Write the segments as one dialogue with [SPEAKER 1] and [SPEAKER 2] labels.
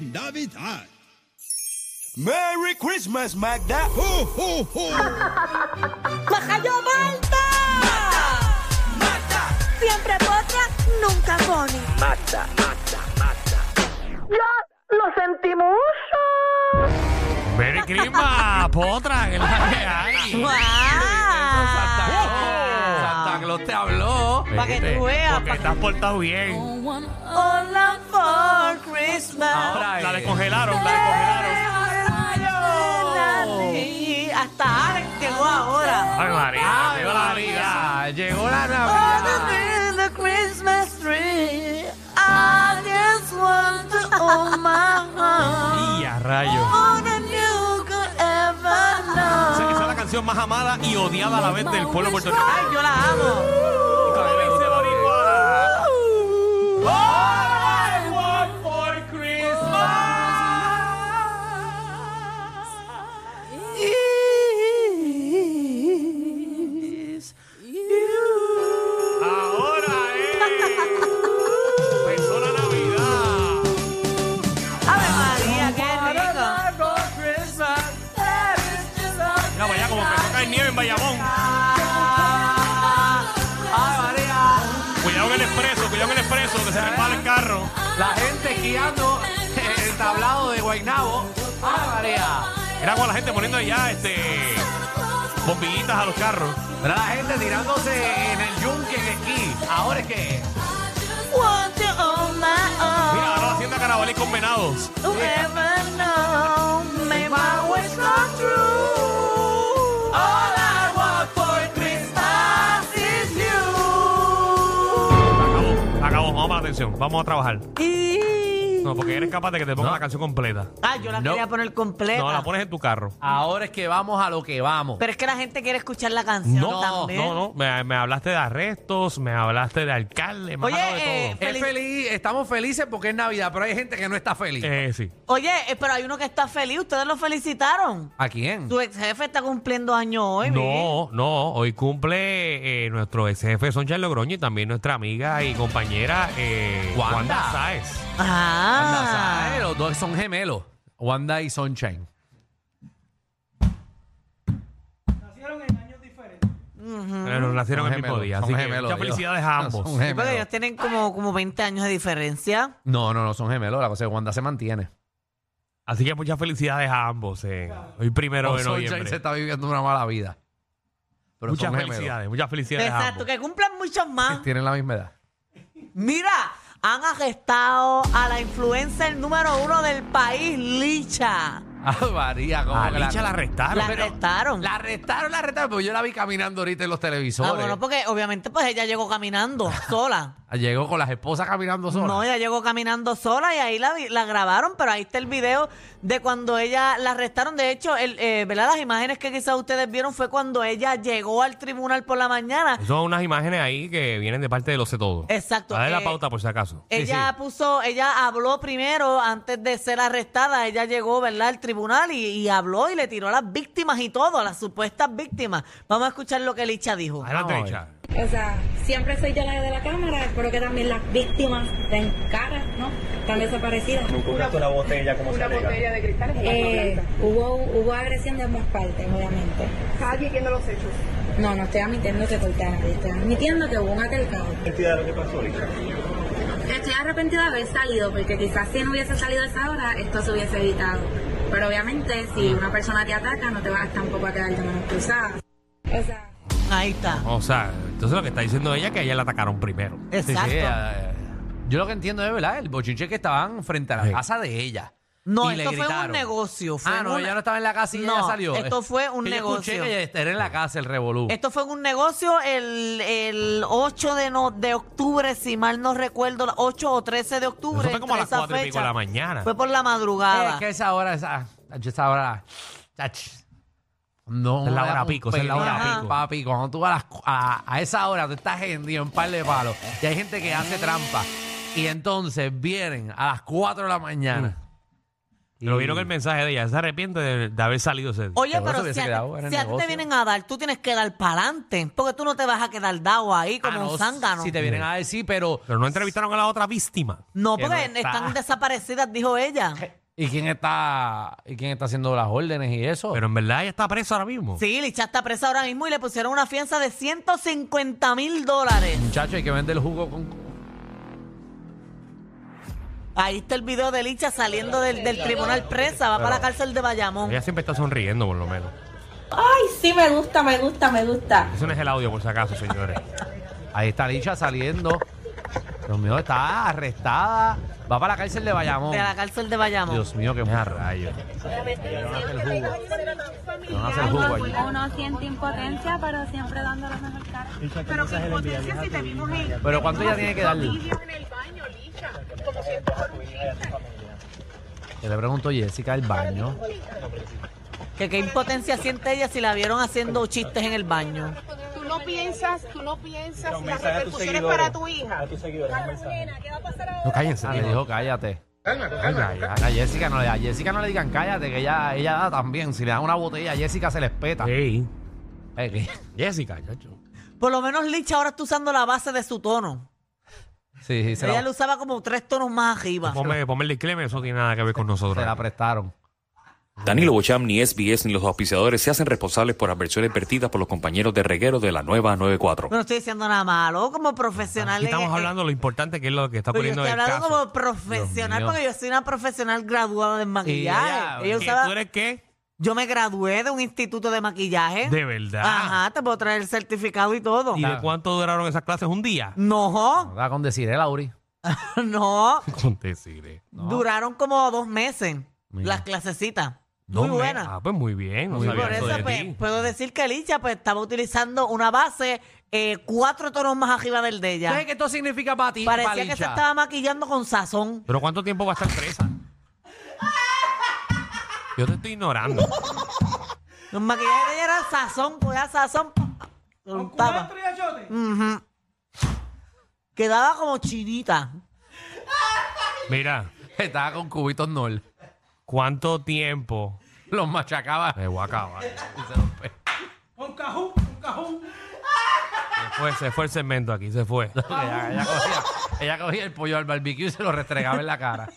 [SPEAKER 1] Navidad.
[SPEAKER 2] Merry Christmas, Magda.
[SPEAKER 1] ¡Ho, ho, ho!
[SPEAKER 3] ¡Majayo Malta! Siempre potra, nunca pone.
[SPEAKER 4] Mata, mata, mata.
[SPEAKER 5] ¡Ya lo sentimos!
[SPEAKER 6] Merry Christmas, potra, que es la que hay.
[SPEAKER 3] ¡Guau!
[SPEAKER 6] Santa Claus. Santa Claus te habló.
[SPEAKER 3] Pa' que
[SPEAKER 6] Viste,
[SPEAKER 3] tú veas,
[SPEAKER 6] Porque
[SPEAKER 3] pa'
[SPEAKER 6] te has portado bien.
[SPEAKER 3] Hola for Christmas.
[SPEAKER 6] Ahora la
[SPEAKER 2] eh.
[SPEAKER 6] descongelaron, la descongelaron.
[SPEAKER 3] Sí, Hasta Alex llegó ahora.
[SPEAKER 6] Ay, María,
[SPEAKER 2] Ay,
[SPEAKER 6] llegó la Navidad.
[SPEAKER 2] Llegó la
[SPEAKER 3] All the
[SPEAKER 2] Navidad.
[SPEAKER 3] things the Christmas tree. I just want to own my heart.
[SPEAKER 6] Y a rayos.
[SPEAKER 3] More than you could ever
[SPEAKER 6] Esa esa es la
[SPEAKER 3] know.
[SPEAKER 6] canción más amada y odiada a la vez del pueblo puertorriqueño.
[SPEAKER 3] Ay, yo la amo.
[SPEAKER 6] ¿Cómo dice Boricua? Ahora es. Empezó la Navidad.
[SPEAKER 3] Ave María, qué rico.
[SPEAKER 6] Mira, vaya, como empezó a caer nieve en Bayamón.
[SPEAKER 2] Ay, María.
[SPEAKER 6] Cuidado en el expreso, cuidado en el expreso, que se me empala el carro.
[SPEAKER 2] La gente esquiando el tablado de Guaynabo. Ay, María.
[SPEAKER 6] Mira con la gente poniendo allá este bombillitas a los carros.
[SPEAKER 2] Mira la gente tirándose en el yunque de esquí. Ahora es que.
[SPEAKER 3] Want to own my own.
[SPEAKER 6] Mira, ahora la hacienda Carabalí con venados.
[SPEAKER 3] Whoever knows may my wish come true. All I want for Christmas is you.
[SPEAKER 6] Acabó, acabó, vamos a la atención, vamos a trabajar. No, porque eres capaz de que te ponga
[SPEAKER 2] No.
[SPEAKER 6] la canción completa.
[SPEAKER 3] Ah, yo la
[SPEAKER 2] No.
[SPEAKER 3] quería poner completa.
[SPEAKER 6] No, la pones en tu carro.
[SPEAKER 2] Ahora es que vamos a lo que vamos.
[SPEAKER 3] Pero es que la gente quiere escuchar la canción
[SPEAKER 2] No,
[SPEAKER 3] también.
[SPEAKER 6] No, no, me, me hablaste de arrestos, me hablaste de alcalde, me has
[SPEAKER 3] Oye,
[SPEAKER 6] hablado de
[SPEAKER 3] eh,
[SPEAKER 6] todo.
[SPEAKER 2] Es feliz, estamos felices porque es Navidad, pero hay gente que no está feliz.
[SPEAKER 6] Eh, sí.
[SPEAKER 3] Oye, eh, pero hay uno que está feliz. Ustedes lo felicitaron.
[SPEAKER 2] ¿A quién?
[SPEAKER 3] Tu ex jefe está cumpliendo años hoy. ¿vi?
[SPEAKER 6] No, no, hoy cumple eh, nuestro ex jefe Soncha Logroño y también nuestra amiga y compañera eh,
[SPEAKER 2] Wanda.
[SPEAKER 6] Wanda Sáez.
[SPEAKER 2] Wanda Sáez,
[SPEAKER 3] Ah.
[SPEAKER 2] los dos son gemelos. Wanda y Sunshine.
[SPEAKER 6] Pero Eh, nacieron
[SPEAKER 2] Son
[SPEAKER 6] el mismo
[SPEAKER 2] gemelos,
[SPEAKER 6] día,
[SPEAKER 2] son
[SPEAKER 6] así que
[SPEAKER 2] gemelos,
[SPEAKER 6] muchas
[SPEAKER 2] Dios.
[SPEAKER 6] felicidades a ambos.
[SPEAKER 2] Son
[SPEAKER 3] Sí, porque ellos
[SPEAKER 2] gemelos.
[SPEAKER 3] tienen como, como 20 años de diferencia.
[SPEAKER 2] No, no, no, son gemelos. La cosa es que Wanda se mantiene.
[SPEAKER 6] Así que muchas felicidades a ambos. eh, hoy primero
[SPEAKER 2] O
[SPEAKER 6] de
[SPEAKER 2] Sunshine se
[SPEAKER 6] noviembre.
[SPEAKER 2] está viviendo una mala vida. Pero
[SPEAKER 6] Muchas
[SPEAKER 2] son gemelos.
[SPEAKER 6] felicidades, muchas felicidades a
[SPEAKER 3] Exacto,
[SPEAKER 6] ambos.
[SPEAKER 3] que cumplan muchos más.
[SPEAKER 2] Tienen la misma edad.
[SPEAKER 3] Mira, han arrestado a la influencer número uno del país, Licha.
[SPEAKER 2] Ah, María, como
[SPEAKER 6] A Licha la
[SPEAKER 3] La
[SPEAKER 6] arrestaron.
[SPEAKER 2] Pero-
[SPEAKER 3] arrestaron.
[SPEAKER 2] La arrestaron, la arrestaron, porque yo la vi caminando ahorita en los televisores.
[SPEAKER 3] Ah, bueno, porque obviamente pues ella llegó caminando sola.
[SPEAKER 2] Llegó con las esposas caminando sola.
[SPEAKER 3] No, ella llegó caminando sola y ahí la, vi- la grabaron, pero ahí está el video de cuando ella la arrestaron. De hecho, el, eh, ¿verdad? Las imágenes que quizás ustedes vieron fue cuando ella llegó al tribunal por la mañana.
[SPEAKER 6] Son unas imágenes ahí que vienen de parte de los Todo.
[SPEAKER 3] Exacto,
[SPEAKER 6] Dale la
[SPEAKER 3] eh,
[SPEAKER 6] pauta por si acaso.
[SPEAKER 3] Ella puso, ella habló primero antes de ser arrestada. Ella llegó, ¿verdad?, al tribunal y, y habló y le tiró a las víctimas y todo, a las supuestas víctimas. Vamos a escuchar lo que Licha dijo.
[SPEAKER 6] Adelante,
[SPEAKER 2] Vamos a
[SPEAKER 6] Licha.
[SPEAKER 7] O sea, siempre soy yo la de la cámara, espero que también las víctimas den cara, ¿no? Están desaparecidas.
[SPEAKER 8] una botella, como se alega.
[SPEAKER 9] de cristales en la
[SPEAKER 7] Eh,
[SPEAKER 9] garganta.
[SPEAKER 7] hubo, hubo agresión de ambas partes, obviamente.
[SPEAKER 9] Estás admitiendo los hechos.
[SPEAKER 7] No, no estoy admitiendo que corté a nadie, estoy admitiendo que hubo un altercado.
[SPEAKER 8] Entidad de lo que pasó, Licha.
[SPEAKER 7] Estoy arrepentida de haber salido, porque quizás si no hubiese salido a esa hora, esto se hubiese evitado. Pero obviamente, si una persona te ataca, no te vas tampoco a quedar de manos cruzadas. O sea...
[SPEAKER 3] Ahí está.
[SPEAKER 6] O sea, entonces lo que está diciendo ella es que a ella la atacaron primero.
[SPEAKER 2] Sí, sí,
[SPEAKER 3] Exacto.
[SPEAKER 2] ella, eh, yo lo que entiendo es, ¿verdad? El bochinche que estaban frente a la
[SPEAKER 6] Sí.
[SPEAKER 2] casa de ella.
[SPEAKER 3] No,
[SPEAKER 2] Y le
[SPEAKER 3] esto fue en un
[SPEAKER 2] gritaron.
[SPEAKER 3] negocio. fue
[SPEAKER 2] Ah,
[SPEAKER 3] en
[SPEAKER 2] no,
[SPEAKER 3] una-
[SPEAKER 2] ella no estaba en la casa y ella
[SPEAKER 3] No,
[SPEAKER 2] salió.
[SPEAKER 3] Esto fue un
[SPEAKER 2] Que yo
[SPEAKER 3] negocio.
[SPEAKER 2] escuché que ella era en la casa el revolú. Eh,
[SPEAKER 3] Esto fue en un negocio el, el 8 de, no- de octubre, si mal no recuerdo, la- 8 o 13 de octubre.
[SPEAKER 6] Eso fue como a
[SPEAKER 3] entre
[SPEAKER 6] las
[SPEAKER 3] esa
[SPEAKER 6] 4 y pico de la
[SPEAKER 3] fecha.
[SPEAKER 6] mañana.
[SPEAKER 3] Fue por la
[SPEAKER 2] Es
[SPEAKER 3] madrugada.
[SPEAKER 2] Eh, que esa hora, esa, yo esa hora, chach, no,
[SPEAKER 6] Esa es la
[SPEAKER 2] me da
[SPEAKER 6] hora
[SPEAKER 2] un
[SPEAKER 6] pico, esa es la
[SPEAKER 2] pelón,
[SPEAKER 3] hora pico.
[SPEAKER 2] Papi, cuando tú vas a, las- a- a esa hora, tú estás hendido en par de palos y hay gente que hace trampa y entonces vienen a las 4 de la mañana.
[SPEAKER 6] Lo vieron el mensaje de ella. Se arrepiente de, de haber salido ese día.
[SPEAKER 3] Oye,
[SPEAKER 2] Seguro se
[SPEAKER 3] pero
[SPEAKER 2] hubiese
[SPEAKER 3] si a,
[SPEAKER 2] quedado en el
[SPEAKER 3] si a ti te
[SPEAKER 2] negocio.
[SPEAKER 3] vienen a dar, tú tienes que dar para adelante, porque tú no te vas a quedar dado ahí como
[SPEAKER 2] Ah, no,
[SPEAKER 3] un zángano.
[SPEAKER 2] Si te vienen a decir, pero
[SPEAKER 6] Pero no entrevistaron a la otra víctima.
[SPEAKER 3] No,
[SPEAKER 2] que no
[SPEAKER 3] porque
[SPEAKER 2] está.
[SPEAKER 3] están desaparecidas, dijo ella.
[SPEAKER 2] ¿Y quién está, y quién está haciendo las órdenes y eso?
[SPEAKER 6] Pero en verdad ella está presa ahora mismo.
[SPEAKER 3] Sí, Licha está presa ahora mismo y le pusieron una fianza de 150 mil dólares.
[SPEAKER 2] Muchacho, hay que vender el jugo con.
[SPEAKER 3] Ahí está el video de Licha saliendo del, del tribunal presa, va para la cárcel de Bayamón.
[SPEAKER 6] Ella siempre está sonriendo, por lo menos.
[SPEAKER 10] Ay, sí, me gusta, me gusta, me gusta.
[SPEAKER 6] Ese no es el audio, por si acaso, señores.
[SPEAKER 2] Ahí está Licha saliendo. Dios mío, está arrestada. Va para la cárcel de Bayamón.
[SPEAKER 3] De la cárcel de Bayamón.
[SPEAKER 2] Dios mío, qué más rayos. Le van a hacer jugo. Le van a hacer jugo allí.
[SPEAKER 7] Uno siente impotencia, pero siempre dando la mejor cara.
[SPEAKER 8] Pero qué impotencia si te vimos en
[SPEAKER 2] Pero ¿cuánto ella tiene que darle? Yo le pregunto a Jessica el baño.
[SPEAKER 3] Que qué impotencia siente ella si la vieron haciendo chistes en el baño.
[SPEAKER 11] Tú no piensas, tú no piensas
[SPEAKER 8] Un
[SPEAKER 11] las
[SPEAKER 8] mensaje a tus
[SPEAKER 11] repercusiones
[SPEAKER 8] seguidores.
[SPEAKER 11] para tu hija.
[SPEAKER 8] A tus seguidores, un mensaje.
[SPEAKER 6] No, cállense.
[SPEAKER 2] Ah, le
[SPEAKER 6] tío.
[SPEAKER 2] dijo cállate. Ay,
[SPEAKER 6] calma.
[SPEAKER 2] ay, ay, A Jessica, no le, a Jessica no le digan cállate, que ella, ella da también. Si le dan una botella a Jessica se les peta.
[SPEAKER 6] Ey,
[SPEAKER 2] Eh, que-
[SPEAKER 6] Jessica, chacho.
[SPEAKER 3] Por lo menos Licha ahora está usando la base de su tono.
[SPEAKER 2] Sí, sí, se
[SPEAKER 3] ella
[SPEAKER 2] la,
[SPEAKER 3] lo usaba como tres tonos más arriba.
[SPEAKER 6] Ponme, ponme el disclaimer, eso no tiene nada que ver con nosotros.
[SPEAKER 2] se la prestaron.
[SPEAKER 12] Danilo Bocham, ni SBS, ni los auspiciadores se hacen responsables por adversiones vertidas por los compañeros de reguero de la nueva 94.
[SPEAKER 3] No estoy diciendo nada malo, como profesional.
[SPEAKER 6] Aquí estamos
[SPEAKER 3] en-
[SPEAKER 6] hablando de lo importante que es lo que está
[SPEAKER 3] Pero yo
[SPEAKER 6] ocurriendo
[SPEAKER 3] estoy
[SPEAKER 6] en el
[SPEAKER 3] hablando
[SPEAKER 6] caso.
[SPEAKER 3] como profesional
[SPEAKER 2] mío.
[SPEAKER 3] porque yo soy una profesional graduada de maquillaje.
[SPEAKER 2] ella-
[SPEAKER 3] Ella
[SPEAKER 6] ¿Qué,
[SPEAKER 3] usaba-
[SPEAKER 6] ¿Tú eres qué?
[SPEAKER 3] yo me gradué de un instituto de maquillaje.
[SPEAKER 6] De verdad.
[SPEAKER 3] ¿Eh? Ajá, te puedo traer el certificado y todo.
[SPEAKER 6] ¿Y de cuánto duraron esas clases? ¿Un día?
[SPEAKER 3] No,
[SPEAKER 2] No da con decir, eh, Lauri.
[SPEAKER 3] no.
[SPEAKER 6] Aconteciré.
[SPEAKER 3] Duraron como dos meses
[SPEAKER 2] Mira.
[SPEAKER 3] las clasecitas.
[SPEAKER 6] Dos
[SPEAKER 3] Muy
[SPEAKER 6] meses.
[SPEAKER 3] buenas.
[SPEAKER 6] Ah, pues muy bien. No
[SPEAKER 2] Muy
[SPEAKER 6] sabía
[SPEAKER 3] Por
[SPEAKER 6] eso
[SPEAKER 3] eso
[SPEAKER 6] de
[SPEAKER 3] pues,
[SPEAKER 6] ti.
[SPEAKER 3] puedo decir que Licha pues, estaba utilizando una base eh, cuatro tonos más arriba del de ella.
[SPEAKER 2] ¿Sabes qué esto significa para ti?
[SPEAKER 3] Parecía
[SPEAKER 2] palicha?
[SPEAKER 3] que se estaba maquillando con sazón.
[SPEAKER 6] ¿Pero cuánto tiempo va a estar presa? Yo te estoy ignorando.
[SPEAKER 3] Los maquillajes de ella era sazón, podía sazón. pa, pa, untaba. Ujú. Quedaba como chinita.
[SPEAKER 6] Mira,
[SPEAKER 2] Estaba con cubitos Nol.
[SPEAKER 6] ¿cuánto tiempo?
[SPEAKER 2] Los machacaba.
[SPEAKER 6] Me voy a acabar.
[SPEAKER 2] Y se los pe-
[SPEAKER 6] Se fue, se fue el segmento aquí, se fue.
[SPEAKER 2] ella, ella cogía, ella cogía el pollo al barbecue y se lo restregaba en la cara.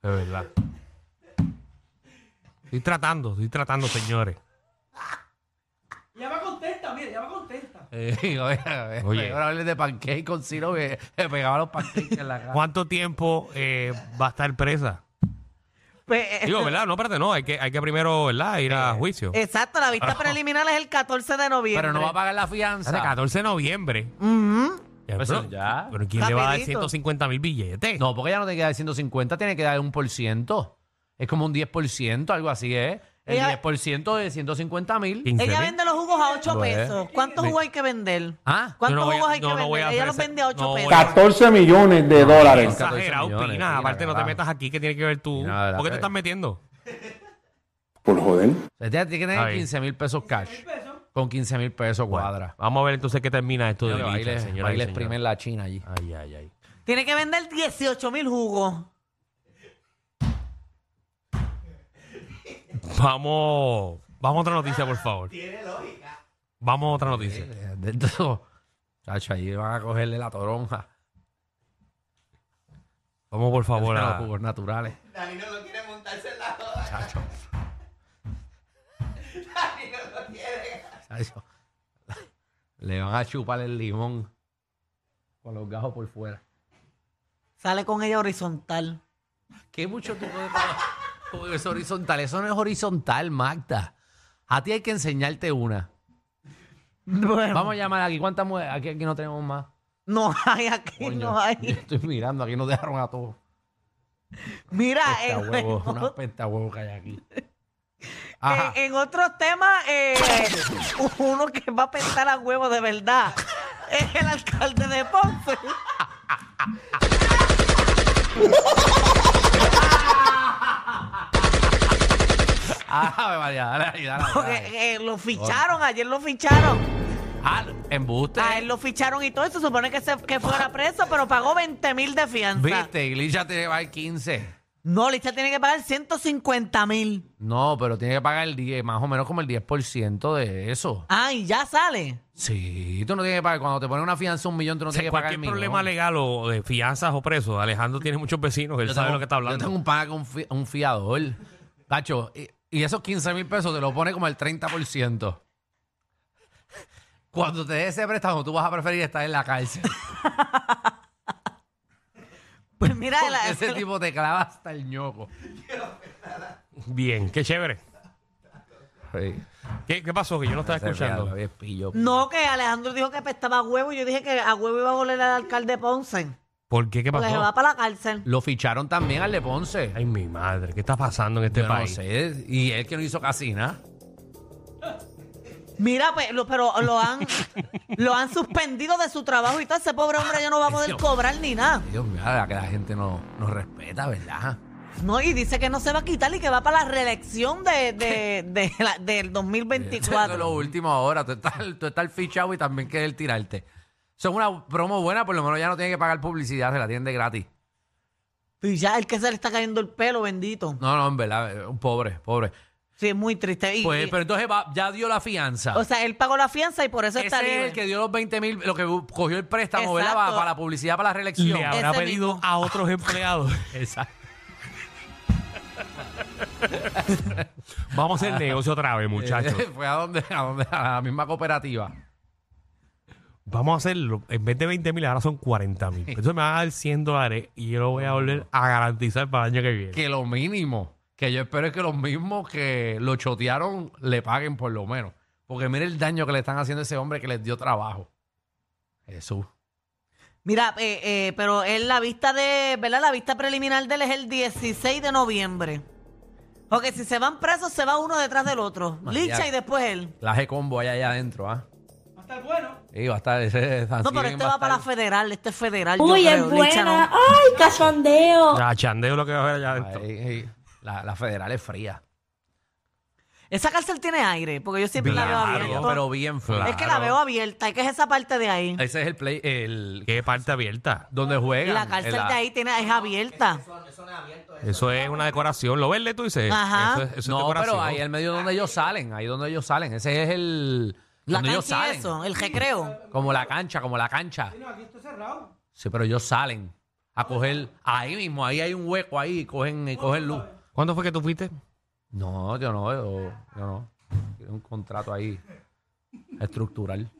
[SPEAKER 6] De verdad. Estoy tratando, estoy tratando, señores.
[SPEAKER 2] Eh, oye,
[SPEAKER 6] Oye.
[SPEAKER 2] oye. Ahora hables de pancake con Ciro que le pegaba los pancakes en la cara.
[SPEAKER 6] ¿Cuánto tiempo eh, va a estar presa?
[SPEAKER 3] Pues, eh,
[SPEAKER 6] Digo, ¿verdad? No, espérate, no. Hay que, hay que primero, ¿verdad? Ir a juicio. Es
[SPEAKER 3] Exacto, la vista preliminar es el 14 de noviembre.
[SPEAKER 2] Ah. Pero no va a pagar la fianza.
[SPEAKER 6] 14 de noviembre.
[SPEAKER 3] Ujú.
[SPEAKER 6] Ya,
[SPEAKER 2] Pues
[SPEAKER 6] pero,
[SPEAKER 2] ya.
[SPEAKER 6] pero ¿quién le va a dar
[SPEAKER 3] Rapidito.
[SPEAKER 6] 150 mil billetes?
[SPEAKER 2] No, porque ella no tiene que dar 150, tiene que dar un por ciento. Es como un 10%, algo así, ¿eh? El
[SPEAKER 3] Ella-
[SPEAKER 2] 10% de 150 mil.
[SPEAKER 6] 15
[SPEAKER 3] Ella
[SPEAKER 6] mil.
[SPEAKER 3] vende los jugos a 8
[SPEAKER 2] Pues.
[SPEAKER 3] pesos. ¿Cuántos jugos hay que vender?
[SPEAKER 2] ¿Ah?
[SPEAKER 6] Yo
[SPEAKER 3] ¿Cuántos
[SPEAKER 6] no voy a-
[SPEAKER 3] jugos hay que
[SPEAKER 6] no, no voy a
[SPEAKER 3] vender? Ella los
[SPEAKER 6] hacer ese-
[SPEAKER 3] vende a 8
[SPEAKER 6] no voy
[SPEAKER 3] pesos.
[SPEAKER 6] a-
[SPEAKER 1] 14 millones de dólares.
[SPEAKER 6] Exagerado,
[SPEAKER 2] 14 millones,
[SPEAKER 6] Pina.
[SPEAKER 2] mira,
[SPEAKER 6] Aparte, no te
[SPEAKER 2] carajo.
[SPEAKER 6] metas aquí. ¿Qué tiene que ver tú?
[SPEAKER 2] Mira, la verdad
[SPEAKER 6] ¿Por qué te
[SPEAKER 2] que-
[SPEAKER 6] estás metiendo?
[SPEAKER 1] Por joder.
[SPEAKER 2] Ella tiene que
[SPEAKER 6] Está
[SPEAKER 2] tener
[SPEAKER 6] bien.
[SPEAKER 2] 15 mil pesos cash. Con 15 mil pesos cuadra.
[SPEAKER 6] Vamos a ver entonces qué termina esto de
[SPEAKER 2] Ahí
[SPEAKER 6] Licha,
[SPEAKER 2] les-
[SPEAKER 6] señoras
[SPEAKER 2] ahí
[SPEAKER 6] y
[SPEAKER 2] les
[SPEAKER 6] señores.
[SPEAKER 2] primen la China allí.
[SPEAKER 6] Ay, ay, ay.
[SPEAKER 3] Tiene que vender 18 mil jugos.
[SPEAKER 6] Vamos, vamos a otra noticia, por favor. Tiene lógica. Vamos a otra noticia.
[SPEAKER 2] Eh, Dentro, chacho, ahí van a cogerle la toronja.
[SPEAKER 6] Vamos, por favor,
[SPEAKER 2] Los
[SPEAKER 6] a...
[SPEAKER 2] jugos naturales. Chacho. Le van a chupar el limón con los gajos por fuera.
[SPEAKER 3] Sale con ella horizontal.
[SPEAKER 2] ¿Qué mucho tú puedes como es horizontal? Eso no es horizontal, Magda. A ti hay que enseñarte una. Vamos a llamar aquí. ¿Cuántas mujeres? Aquí, aquí no tenemos más.
[SPEAKER 3] No hay aquí,
[SPEAKER 2] Coño,
[SPEAKER 3] no
[SPEAKER 2] yo
[SPEAKER 3] hay.
[SPEAKER 2] Estoy mirando, aquí nos dejaron a todos.
[SPEAKER 3] Mira,
[SPEAKER 2] Pesta
[SPEAKER 3] en,
[SPEAKER 2] huevo,
[SPEAKER 3] en-
[SPEAKER 2] una pesta huevo que hay aquí. Ajá.
[SPEAKER 3] en-
[SPEAKER 6] eh,
[SPEAKER 3] en otros temas, eh, uno que va a pensar a huevo de verdad es el alcalde de Ponce.
[SPEAKER 2] Ah, María, dale ahí, dale ahí, dale ahí.
[SPEAKER 3] Porque eh, lo ficharon, ayer lo ficharon.
[SPEAKER 2] Ah, embuste.
[SPEAKER 3] A él lo ficharon y todo. y Se supone que, se, que fuera preso, pero pagó 20 mil de fianza.
[SPEAKER 2] Viste, Iglesia te va a ir 15.
[SPEAKER 3] No, Licha tiene que pagar 150 mil.
[SPEAKER 2] No, pero tiene que pagar el 10, más o menos como el 10% de eso.
[SPEAKER 3] Ah, y ya sale.
[SPEAKER 2] Sí, tú no tienes que pagar. Cuando te ponen una fianza de un millón, tú no
[SPEAKER 6] O sea,
[SPEAKER 2] tienes que pagar
[SPEAKER 6] cualquier
[SPEAKER 2] el millón.
[SPEAKER 6] problema legal o de fianzas o presos, Alejandro tiene muchos vecinos, él
[SPEAKER 2] Yo
[SPEAKER 6] sabe
[SPEAKER 2] tengo-
[SPEAKER 6] lo que está hablando.
[SPEAKER 2] Yo tengo un pana con fi- un fiador. Tacho, y, y esos 15 mil pesos te lo pone como el 30%. Cuando te dé ese préstamo, tú vas a preferir estar en la cárcel.
[SPEAKER 3] Pues mira,
[SPEAKER 2] Porque
[SPEAKER 3] la-
[SPEAKER 2] ese tipo te clava hasta el ñoco.
[SPEAKER 6] Bien, qué chévere.
[SPEAKER 2] Sí.
[SPEAKER 6] ¿Qué, qué pasó? Que yo no estaba
[SPEAKER 2] Ese
[SPEAKER 6] escuchando.
[SPEAKER 2] fiador es pillo.
[SPEAKER 3] no, que Alejandro dijo que pestaba a huevo. Yo dije que a huevo iba a volver al alcalde Ponce.
[SPEAKER 6] ¿Por qué? ¿Qué
[SPEAKER 3] Porque se
[SPEAKER 6] pasó?
[SPEAKER 3] va para la cárcel.
[SPEAKER 2] Lo ficharon también al de Ponce.
[SPEAKER 6] Ay, mi madre, ¿qué está pasando en este
[SPEAKER 2] Yo no
[SPEAKER 6] país?
[SPEAKER 2] sé. Y él que no hizo casi nada.
[SPEAKER 3] Mira, pues, lo- pero lo han, lo han suspendido de su trabajo y todo. Ese pobre hombre ya no va a poder
[SPEAKER 2] Dios.
[SPEAKER 3] cobrar ni nada.
[SPEAKER 2] Dios mío, la que la gente no, no respeta, ¿verdad?
[SPEAKER 3] No, y dice que no se va a quitar y que va para la reelección de, de, de la- del
[SPEAKER 2] Eso es lo
[SPEAKER 3] 2024.
[SPEAKER 2] último ahora. Tú estás, tú estás fichado y también querer tirarte. Son una promo buena, por lo menos ya no tiene que pagar publicidad, se la tienen de gratis.
[SPEAKER 3] Y ya el que se le está cayendo el pelo, bendito.
[SPEAKER 2] No, no, en verdad, eh, un pobre, pobre.
[SPEAKER 3] Sí, es muy triste. Y-
[SPEAKER 2] Pues,
[SPEAKER 3] y-
[SPEAKER 2] pero entonces va- ya dio la fianza.
[SPEAKER 3] o sea, él pagó la fianza y por eso
[SPEAKER 2] Ese
[SPEAKER 3] está
[SPEAKER 2] es
[SPEAKER 3] libre.
[SPEAKER 2] el que dio los 20 mil, lo que bu- cogió el préstamo, ¿verdad?
[SPEAKER 3] Exacto.
[SPEAKER 2] Para, para la publicidad, para la reelección.
[SPEAKER 6] Le habrá
[SPEAKER 3] Ese
[SPEAKER 6] pedido
[SPEAKER 3] mismo.
[SPEAKER 6] a otros empleados.
[SPEAKER 2] Exacto.
[SPEAKER 6] Vamos a hacer negocio otra vez, muchachos.
[SPEAKER 2] Fue a donde, a donde, a la misma cooperativa.
[SPEAKER 6] Vamos a hacerlo. En vez de 20 mil, ahora son 40 mil. Entonces me van a dar 100 dólares y yo lo voy a volver a garantizar para el año que viene.
[SPEAKER 2] Que lo mínimo que yo espero es que los mismos que lo chotearon le paguen por lo menos. Porque mire el daño que le están haciendo a ese hombre que les dio trabajo. Jesús.
[SPEAKER 3] Mira, eh, eh, pero es la vista de, ¿verdad? La vista preliminar de él es el 16 de noviembre. Porque si se van presos, se va uno detrás del otro.
[SPEAKER 2] María.
[SPEAKER 3] Licha y después él.
[SPEAKER 2] La G combo allá, allá adentro, ¿ah? Va a estar bueno. Sí, va a estar. Ese, San
[SPEAKER 3] No, pero
[SPEAKER 2] Steven
[SPEAKER 3] este va para la
[SPEAKER 2] estar-
[SPEAKER 3] federal, este es federal.
[SPEAKER 10] Uy,
[SPEAKER 3] yo
[SPEAKER 10] es
[SPEAKER 3] creo, Licha, no.
[SPEAKER 10] buena. Ay, cachondeo.
[SPEAKER 6] Ya, chandeo lo que va a haber allá adentro.
[SPEAKER 2] Ahí, ahí. La, la federal es fría.
[SPEAKER 3] Esa cárcel tiene aire, porque yo siempre la veo
[SPEAKER 6] Claro,
[SPEAKER 3] abierta.
[SPEAKER 2] pero bien fría.
[SPEAKER 3] Es que la veo abierta, es que es esa parte de ahí.
[SPEAKER 2] Ese es el play, el
[SPEAKER 6] ¿Qué parte abierta?
[SPEAKER 2] donde juegan.
[SPEAKER 3] Y la cárcel
[SPEAKER 2] en la-
[SPEAKER 3] de ahí tiene, es abierta.
[SPEAKER 6] Eso es una decoración. Lo verde tú dices.
[SPEAKER 3] Ajá.
[SPEAKER 6] Eso es, eso es
[SPEAKER 2] No,
[SPEAKER 6] decoración.
[SPEAKER 2] pero ahí al medio donde ellos salen, ahí donde ellos salen. Ese es el
[SPEAKER 3] La
[SPEAKER 2] donde ellos
[SPEAKER 3] cancha y
[SPEAKER 2] salen.
[SPEAKER 3] eso, el recreo.
[SPEAKER 2] Como la cancha, como la cancha. Sí, pero ellos salen a coger ahí mismo, ahí hay un hueco ahí, y cogen y cogen luz.
[SPEAKER 6] ¿Cuándo fue que tú fuiste?
[SPEAKER 2] No, yo no, yo, yo no. Tiene un contrato ahí estructural.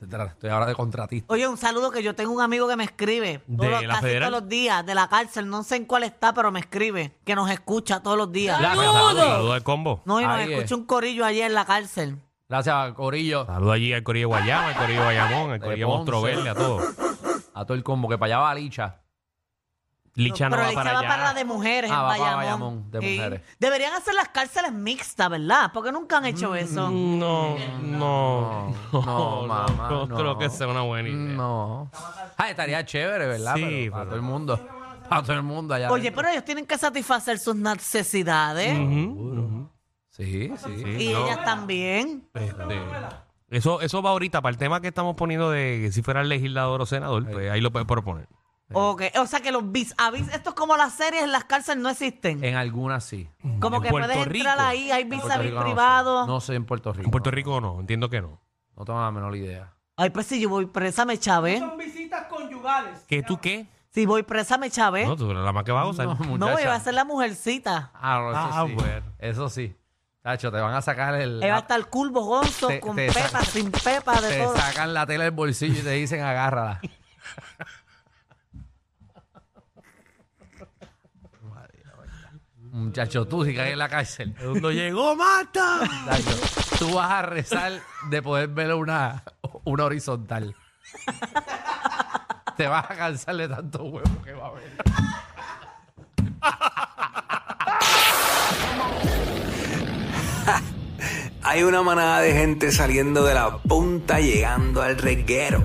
[SPEAKER 2] Estoy ahora de contratista.
[SPEAKER 3] Oye, un saludo que yo tengo un amigo que me escribe
[SPEAKER 6] ¿De
[SPEAKER 3] todos los,
[SPEAKER 6] la
[SPEAKER 3] casi
[SPEAKER 6] federal?
[SPEAKER 3] todos los días de la cárcel, no sé en cuál está, pero me escribe, que nos escucha todos los días.
[SPEAKER 6] Saludo al combo.
[SPEAKER 3] No, y nos
[SPEAKER 2] Ahí es.
[SPEAKER 3] escucha un corillo allí en la cárcel.
[SPEAKER 2] Gracias, Corillo,
[SPEAKER 6] Saludo allí al Corillo de Guayama, al Corillo de Guayamón, al
[SPEAKER 2] De
[SPEAKER 6] Corillo
[SPEAKER 2] Ponce.
[SPEAKER 6] Monstruo Verde, a todos.
[SPEAKER 2] a todo el combo que para allá va Licha.
[SPEAKER 6] Licha no,
[SPEAKER 3] pero
[SPEAKER 6] va
[SPEAKER 3] Licha
[SPEAKER 6] para
[SPEAKER 3] va
[SPEAKER 6] allá.
[SPEAKER 3] para la de mujeres
[SPEAKER 2] Ah,
[SPEAKER 3] en
[SPEAKER 2] va
[SPEAKER 3] Bayamón.
[SPEAKER 2] para Bayamón, de mujeres.
[SPEAKER 3] Deberían hacer las cárceles mixtas, ¿verdad? Porque nunca han
[SPEAKER 2] Mm.
[SPEAKER 3] hecho eso.
[SPEAKER 6] No, no,
[SPEAKER 2] No, mamá,
[SPEAKER 6] No,
[SPEAKER 2] no.
[SPEAKER 6] creo que sea una buena idea.
[SPEAKER 2] No. Ah, estaría chévere, ¿verdad?
[SPEAKER 6] Sí,
[SPEAKER 2] pero para
[SPEAKER 6] pero-
[SPEAKER 2] todo el mundo. Para todo el mundo allá.
[SPEAKER 3] Oye,
[SPEAKER 2] adentro.
[SPEAKER 3] pero ellos tienen que satisfacer sus necesidades.
[SPEAKER 6] ¿Mm?
[SPEAKER 2] Sí, sí.
[SPEAKER 3] Y ellas también.
[SPEAKER 6] Este, eso, eso va ahorita para el tema que estamos poniendo de que si fuera legislador o senador, pues ahí lo puedes proponer.
[SPEAKER 3] Ok, O sea que los bis a bis, esto es como las series, en las cárceles no existen.
[SPEAKER 2] En algunas sí.
[SPEAKER 3] como
[SPEAKER 6] en
[SPEAKER 3] que
[SPEAKER 6] Puerto
[SPEAKER 3] puedes entrar
[SPEAKER 6] Rico.
[SPEAKER 3] ahí, hay bis a
[SPEAKER 2] Puerto
[SPEAKER 3] bis
[SPEAKER 2] Rico no sé.
[SPEAKER 3] privado.
[SPEAKER 2] No sé en Puerto Rico.
[SPEAKER 6] En Puerto
[SPEAKER 2] no.
[SPEAKER 6] Rico no, entiendo que no.
[SPEAKER 2] No tengo la menor idea.
[SPEAKER 3] Ay, pues si yo voy presa, me chavé.
[SPEAKER 8] Son visitas conyugales.
[SPEAKER 6] ¿Qué tú qué?
[SPEAKER 3] Si voy presa, me chavé.
[SPEAKER 6] No, tú eres la más que va a gozar.
[SPEAKER 3] ¿Eh? No, me iba a ser la mujercita.
[SPEAKER 2] Ah, no, eso
[SPEAKER 6] Ah,
[SPEAKER 2] sí.
[SPEAKER 6] bueno.
[SPEAKER 2] Eso sí. Tacho, te van a sacar el.
[SPEAKER 3] Ahí va a
[SPEAKER 2] la-
[SPEAKER 3] estar curvo, gonzo,
[SPEAKER 2] Te-
[SPEAKER 3] con
[SPEAKER 2] te
[SPEAKER 3] pepa,
[SPEAKER 2] saca-
[SPEAKER 3] sin pepa, de
[SPEAKER 2] te
[SPEAKER 3] todo.
[SPEAKER 2] sacan la tela del bolsillo y te dicen agárrala. Muchacho, tú si caes en la cárcel.
[SPEAKER 6] ¡No llegó, mata!
[SPEAKER 2] Tacho, tú vas a rezar de poder ver una, una horizontal. Te vas a cansar de tanto huevo que va a haber.
[SPEAKER 4] Hay una manada de gente saliendo de la punta llegando al reguero.